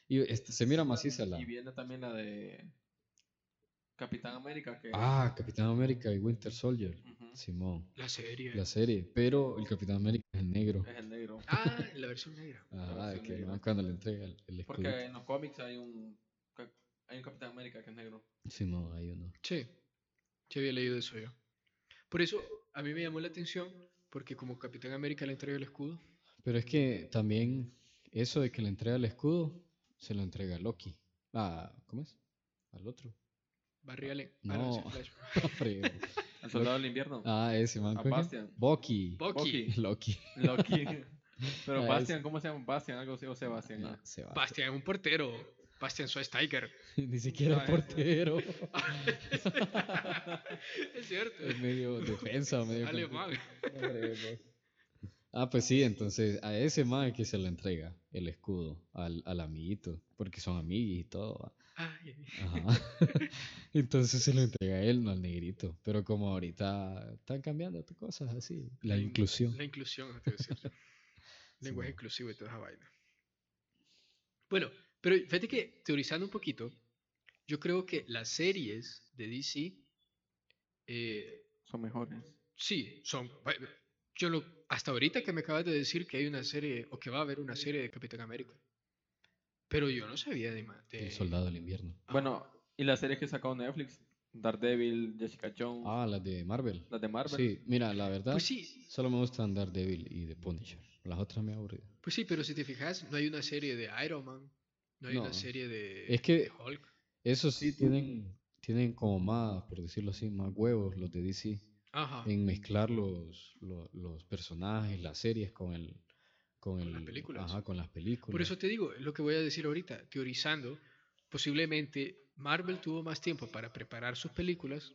Y este, se mira maciza la...
Y viene también la de Capitán América, que
Ah, Capitán América y Winter Soldier.
Ujú,
Simón,
la serie.
la serie. Pero el Capitán América es el negro.
es el negro.
Ah, la versión negra.
Ajá,
versión
que
negra.
nomás cuando le entrega el, el escudo.
Porque en los cómics hay un, ca- hay un Capitán América que es negro.
Simón, hay uno.
Sí, sí había leído eso yo. Por eso a mí me llamó la atención, porque como Capitán América le entrega el escudo.
Pero es que también eso de que le entrega el escudo, se lo entrega a Loki. Ah, ¿cómo es? Al otro.
Barry Allen. Ah,
No.
ese es Flash.
Friego.
El soldado del invierno.
ah, ese man.
A
¿cómo es que?
Bastian.
Bucky.
Bucky.
Bucky.
Loki.
Loki. Pero
Ah,
Bastian, ¿cómo se llama? Bastian, algo así, o Sebastian.
No,
¿no?
se va.
Bastian es un portero. Bastian Schweinsteiger.
Ni siquiera
No, es-
portero.
es cierto.
es medio defensa, medio.
Alemán.
No creo, no. Ah, pues sí, entonces a ese man que se le entrega el escudo al, al amiguito, porque son amigos y todo. ¿va?
Ay,
Ajá. Entonces se lo entrega a él, no al negrito. Pero como ahorita están cambiando t- cosas así, la
in-
inclusión.
La inclusión, no te voy a decir. Lenguaje
Sí.
inclusivo y toda esa vaina. Bueno, pero fíjate que teorizando un poquito, yo creo que las series de DC eh,
Son mejores.
Sí, son. pa- Yo lo, hasta ahorita que me acabas de decir que hay una serie o que va a haber una serie de Capitán América. Pero yo no sabía de. ma- de-
El soldado del invierno.
Ah,
Bueno, y las series que sacó Netflix, Daredevil, Jessica Jones,
Ah, las de Marvel.
las de Marvel.
Sí, mira, la verdad,
Pues sí,
solo me gustan Daredevil y The Punisher. Las otras me aburren.
pues sí, pero si te fijas, no hay una serie de Iron Man, no hay una
No,
serie de,
es que-
de Hulk.
Eso sí, tienen, tienen como más, por decirlo así, más huevos los de DC.
Ajá.
en mezclar los, lo- los, personajes, las series con el con,
Con
el,
las películas.
ajá, con las películas.
Por eso te digo, lo que voy a decir ahorita, teorizando, posiblemente Marvel tuvo más tiempo para preparar sus películas,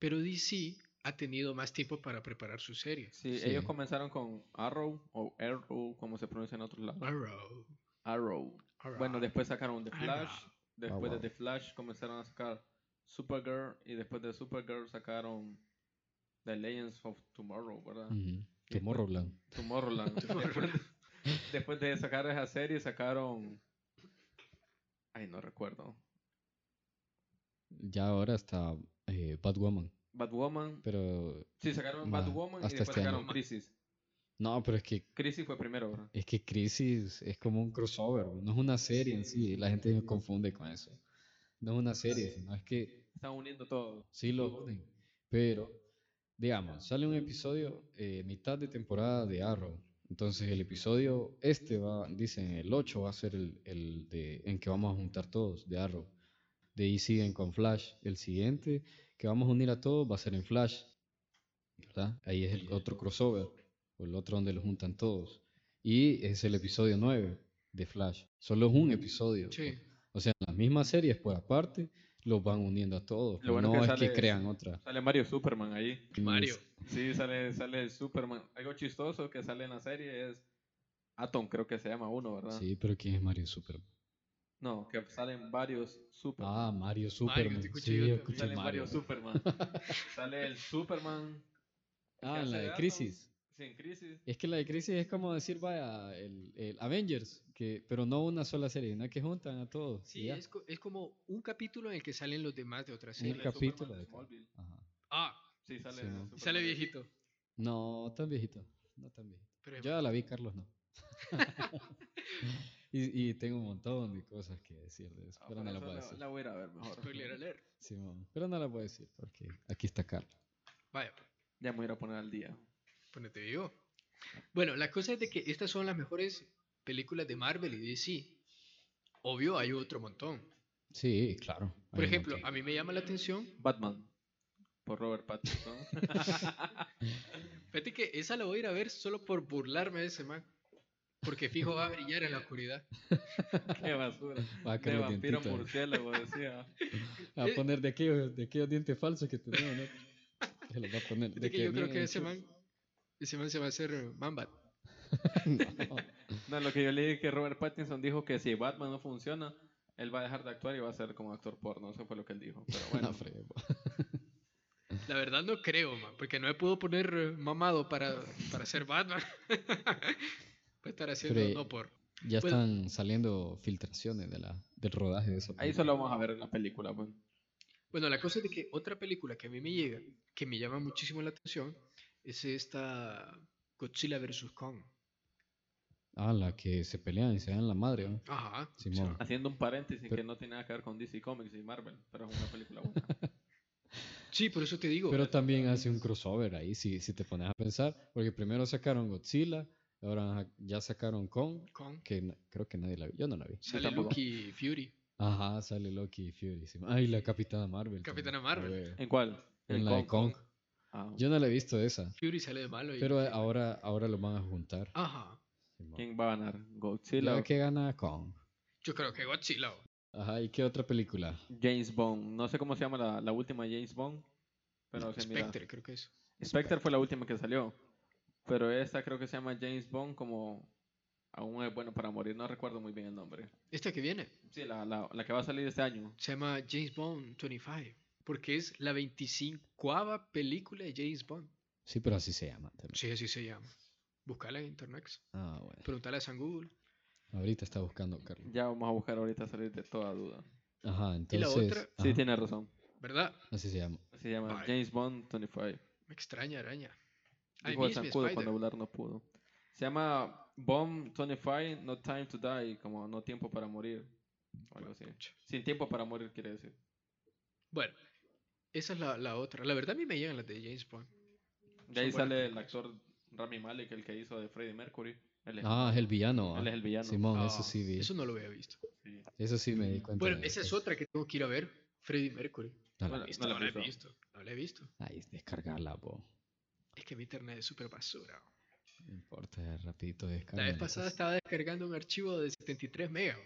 pero DC ha tenido más tiempo para preparar sus series.
Sí,
Sí.
ellos comenzaron con Arrow o Arrow, como se pronuncia en otros lados.
Arrow,
Arrow. Bueno,
Arrow.
después sacaron The Flash.
Arrow.
Después
Arrow.
de The Flash comenzaron a sacar Supergirl. Y después de Supergirl sacaron The Legends of Tomorrow, ¿verdad?
Ujú, Tomorrowland.
Tomorrowland. después, después de sacar esa serie sacaron... Ay, no recuerdo.
Ya ahora está eh, Batwoman.
Batwoman.
Pero
Sí, sacaron
Ma,
Batwoman y
hasta
después
este año.
sacaron Crisis.
no, pero es que
Crisis fue primero, ¿verdad?
es que Crisis es como un crossover, no es una serie en sí, la gente me confunde con eso. No es una serie, sino es que
Están uniendo todo.
Sí, lo unen. Pero, digamos, sale un episodio eh, mitad de temporada de Arrow. Entonces el episodio este va, dicen, el 8 va a ser el, el de, en que vamos a juntar todos de Arrow. De ahí siguen con Flash. El siguiente que vamos a unir a todos va a ser en Flash. ¿Verdad? Ahí es el otro crossover. O el otro donde lo juntan todos. Y es el episodio 9 de Flash. Solo es un episodio.
Sí.
O sea, las mismas series por aparte los van uniendo a todos. pues
Lo bueno
no
que
es que
sale-
crean otra.
Sale Mario Superman ahí.
Mario.
Sí, sale, sale el Superman. Algo chistoso que sale en la serie es Atom, creo que se llama uno, ¿verdad?
Sí, pero ¿quién es Mario Superman?
No, que salen varios Superman.
Ah, Mario Superman.
te escuché yo
sí, yo
también.
escuché
salen
Mario.
varios Superman. sale el Superman.
Ah,
hace
la de
Atom.
Crisis.
Sí, en crisis.
Es que la de Crisis es como decir, vaya, el, el Avengers, que, pero no una sola serie, no que juntan a todos. y
Sí,
ya.
es, co- es como un capítulo en el que salen los demás de otra
En
serie.
el
Sale
capítulo de
Superman de
acá.
Smallville.
Ajá.
Ah,
Sí, sale.
Sí,
el
¿no?
y
Superman
sale
de-
viejito.
No, tan viejito. No tan viejito.
Pero
Yo ya la vi, Carlos no. y, y tengo un montón de cosas que decir de eso,
Ah,
pero
por
no la
eso
puedo
la,
decir.
la voy a ir a ver mejor.
spoiler alert.
Simón, pero no la puedo decir porque aquí está Carlos.
Vaya,
Ya me voy a ir a poner al día.
ponete vivo. Bueno, la cosa es de que estas son las mejores películas de Marvel y DC. Obvio, hay otro montón.
Sí, claro.
Por
hay un
ejemplo,
montón.
a mí me llama la atención.
Batman. Por Robert Pattinson.
Fíjate que esa la voy a ir a ver solo por burlarme de ese man. Porque fijo va a brillar en la oscuridad.
Qué basura.
Va a
De
caer los
vampiro
dientitos.
murciélago, decía.
Va a poner de aquellos, de aquellos dientes falsos que tenemos, ¿no? Se los va a poner.
Fíjate que yo creo que ese
man...
man, ese man se va a hacer eh, Mambat.
No, lo que yo leí es que Robert Pattinson dijo que si Batman no funciona, Él va a dejar de actuar y va a ser como actor porno, eso fue lo que él dijo. Pero
Una
bueno,
frega.
La verdad no creo, man, porque no me pudo poner eh, mamado para, para ser Batman. Voy a estar haciendo
Pero-
no por.
Ya
Bueno.
están saliendo filtraciones de la, del rodaje de esa
ahí
película.
solo vamos a ver en la película. Pues.
Bueno, la cosa es de que otra película que a mí me llega, que me llama muchísimo la atención, es esta Godzilla vs. Kong.
Ah, la que se pelean y se dan la madre, ¿no?
Ajá. o sea,
Simón.
Haciendo un paréntesis
Pero-
que no tiene nada que ver con DC Comics y Marvel, pero es una película buena.
sí, por eso te digo. eh,
Pero también hace un crossover ahí, si, si te pones a pensar. Porque primero sacaron Godzilla, ahora ya sacaron Kong,
Kong,
que na- creo que nadie la vio. Yo no la vi.
sale
tampoco.
Loki y Fury.
Ajá, sale Loki y Fury. sí. Ah, y la Capitana Marvel.
Capitana
también,
Marvel.
a huevo.
¿En cuál?
En la de Kong.
Ah,
Yo no la he visto esa.
Fury sale de malo. y-
Pero ahora, ahora lo van a juntar.
Ajá.
Simón.
¿Quién va a ganar?
Ya
Godzilla.
que gana Kong.
Yo creo que Godzilla. o-
Ajá, ¿y qué otra película?
James Bond. No sé cómo se llama la, la última James Bond. Pero se mira.
Spectre, creo que es.
Spectre fue la última que salió. Pero esta creo que se llama James Bond como aún es bueno para morir. No recuerdo muy bien el nombre.
Esta que viene
Sí, la, la- la que va a salir este año.
se llama James Bond 25. Porque es la 25 película de James Bond.
Sí, pero así se llama. también.
Sí, así se llama. Buscala en internet.
Ah, bueno.
Preguntale a San Google.
Ahorita está buscando Carlos.
Ya vamos a buscar ahorita salir de toda duda.
Ajá, entonces.
Y la otra-
Sí,
ajá,
tiene razón.
¿Verdad?
Así se llama.
Se llama
Vaya.
James Bond 25.
Me extraña, araña. Ay,
Dijo el
Miss Me
zancudo cuando
Spider.
hablar no pudo. Se llama Bomb 25, No Time to Die, como No Tiempo para Morir. O algo así.
Pucha.
Sin tiempo para morir quiere decir.
Bueno, esa es la, la otra. La verdad a mí me llegan las de James Bond.
De
Son
ahí
buenas
sale el
películas.
actor Rami Malek, el que hizo de Freddie Mercury. Él es,
Ah, es el villano.
él
ah.
es el villano.
Simón, eso
Ah,
sí vi.
Eso no lo había visto.
Sí.
Eso sí me di cuenta.
Bueno,
de
esa es
después.
otra que tengo que ir a ver. Freddie Mercury.
No la
Bueno,
vi.
Esta
la
no la he
he
visto. No la he visto.
Ay, descargarla, po.
Es que mi internet es súper basura.
No importa, rapidito
La
descarga.
vez pasada estaba descargando un archivo de 73 megas.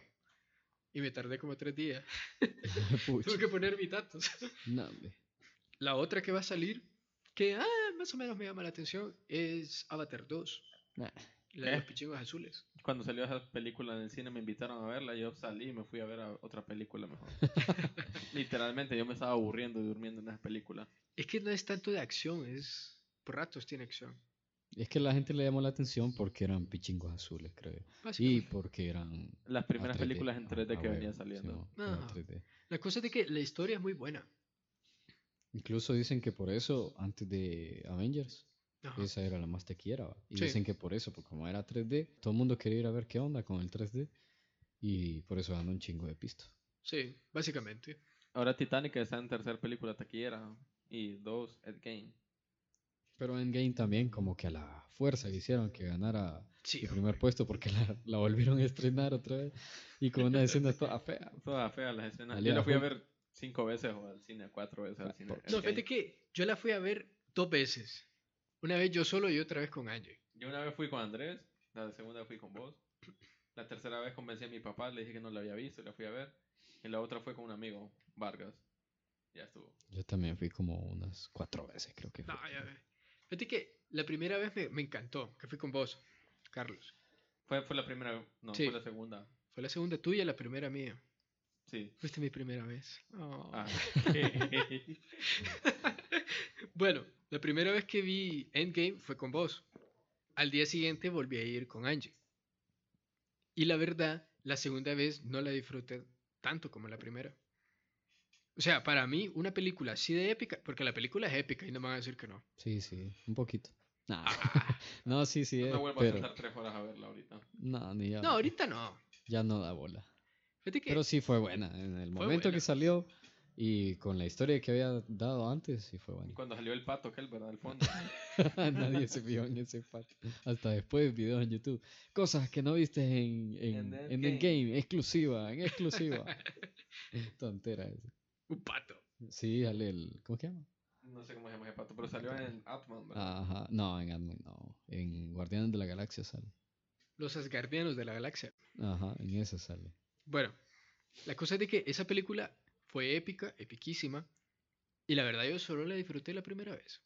Y me tardé como tres días. Tuve que poner mis datos.
No, hombre.
La otra que va a salir, que ah, más o menos me llama la atención, es Avatar 2.
Nah.
La de los
¿Qué?
pichingos azules.
Cuando salió esa película en el cine me invitaron a verla, yo salí y me fui a ver a otra película mejor. Literalmente yo me estaba aburriendo y durmiendo en esa película.
Es que no es tanto de acción, es. Por ratos tiene acción.
Es que la gente le llamó la atención porque eran pichingos azules, creo. Y
básicamente.
porque eran.
Las primeras
a 3D,
películas en
ah,
3D
a
que
huevo,
venía saliendo.
Simón, eran
Ajá.
3D.
La cosa es de que la historia es muy buena.
Incluso dicen que por eso, antes de Avengers,
Ajá.
esa era la más tequiera. ¿va? Y
Sí.
dicen que por eso, porque como era 3D, todo el mundo quería ir a ver qué onda con el 3D. Y por eso ganó un chingo de pisto.
Sí, básicamente.
Ahora Titanic está en tercer película taquillera y dos, Ed Game.
Pero Endgame también, como que a la fuerza hicieron que ganara
Sí,
el primer puesto porque la, la volvieron a estrenar otra vez. Y con una escena toda fea.
Toda fea las escenas.
Salía
Yo la fui Ah, a
Hulk.
ver cinco veces o al cine, cuatro veces al cine.
No,
Ed Gein.
fíjate que yo la fui a ver dos veces. Una vez yo solo y otra vez con Angie.
Yo una vez fui con Andrés, la segunda fui con vos. La tercera vez convencí a mi papá, le dije que no la había visto, la fui a ver. Y la otra fue con un amigo, Vargas. Ya estuvo.
Yo también fui como unas cuatro veces, creo que fue.
No, ya ve. Fíjate que la primera vez me, me encantó, que fui con vos, Carlos.
Fue, fue la primera, no,
Sí.
fue la segunda.
Fue la segunda tuya, la primera mía.
Sí.
Fuiste mi primera vez. Oh.
Ah.
Bueno, la primera vez que vi Endgame fue con vos. Al día siguiente volví a ir con Angie. Y la verdad, la segunda vez no la disfruté tanto como la primera. O sea, para mí, una película así de épica, porque la película es épica y no me van a decir que no.
Sí, sí, un poquito. Nah. no, sí, sí,
Ah. no
es,
me vuelvo a
pero
sentar tres horas a verla ahorita.
no, ni ya,
No, ahorita no.
ya no da bola.
Fíjate que
Pero sí fue buena, en el
Fue
momento
buena.
que salió y con la historia que había dado antes, sí fue
Y
buena.
cuando salió el pato, que el verdad, al fondo.
Nadie se fijó en ese parte. Hasta después videos en YouTube. Cosas que no viste en, en,
En
en,
Endgame.
Endgame, exclusiva, en exclusiva. Tontera esa.
un pato.
Sí, sale el... ¿Cómo se llama?
No sé cómo se llama ese pato, pero salió en Atman,
Ah.
¿verdad?
Ajá, no, en Ant-Man, no. En Guardianes de la Galaxia sale.
Los Asgardianos de la Galaxia.
Ajá, en esa sale.
Bueno, la cosa es de que esa película fue épica, epiquísima, y la verdad yo solo la disfruté la primera vez.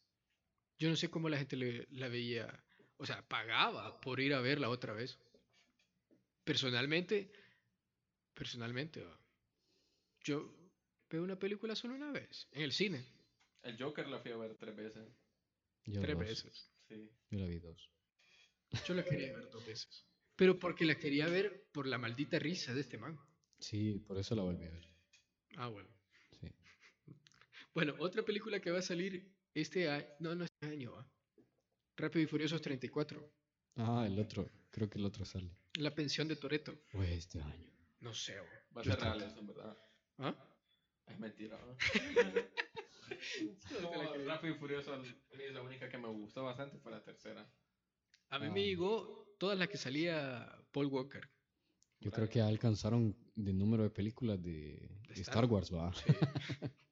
Yo no sé cómo la gente le- la veía, o sea, pagaba por ir a verla otra vez. Personalmente, personalmente, va, Yo veo una película solo una vez, en el cine,
El Joker la fui a ver tres veces.
Yo
tres
dos.
veces.
Sí.
Yo la vi dos.
Yo la quería ver dos veces. Pero porque la quería ver por la maldita risa de este man.
Sí, por eso la volví a ver.
Ah, bueno.
Sí.
Bueno, otra película que va a salir este año. No, no este año. ah. Rápido y Furiosos 34.
Ah, el otro. Creo que el otro sale.
La pensión de Toreto.
Pues este año.
No sé. bo.
Va a
Yo
ser
también.
real eso, en verdad.
¿Ah?
Es mentira. ¿no?
No te la creo.
Rápido y Furioso, a mí es la única que me gustó bastante fue la tercera.
A mí
Ah.
me llegó todas las que salía Paul Walker.
Yo creo que ya alcanzaron de número de películas de, de Star
Star
Wars, va.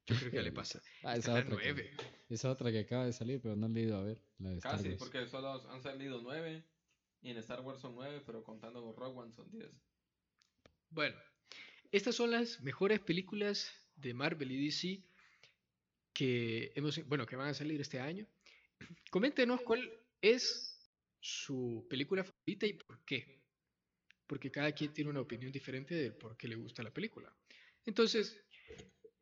Yo creo que ya le pasa.
Ah,
Está
esa
la
otra, que,
nueve.
esa otra que acaba de salir, pero no la he ido a ver. La de Star
Casi,
Wars.
porque solo han salido nueve. Y en Star Wars son nueve, pero contando con Rogue One son diez.
Bueno, estas son las mejores películas de Marvel y DC que hemos, bueno, que van a salir este año. Coméntenos cuál es su película favorita y por qué. Porque cada quien tiene una opinión diferente de por qué le gusta la película. Entonces,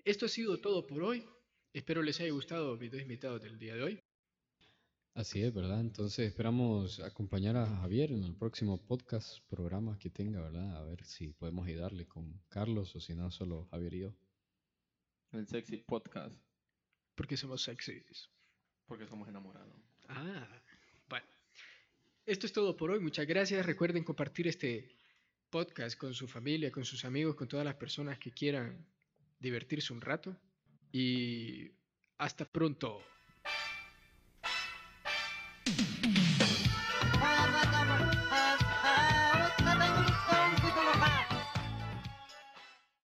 esto ha sido todo por hoy. Espero les haya gustado mis dos invitados del día de hoy.
Así es, ¿verdad? Entonces esperamos acompañar a Javier en el próximo podcast, programa que tenga, ¿verdad? A ver si podemos ayudarle con Carlos o si no, solo Javier y yo.
El sexy podcast.
Porque somos sexys.
Porque somos enamorados.
Ah, bueno. Esto es todo por hoy. Muchas gracias. Recuerden compartir este podcast con su familia, con sus amigos, con todas las personas que quieran divertirse un rato. Y hasta pronto.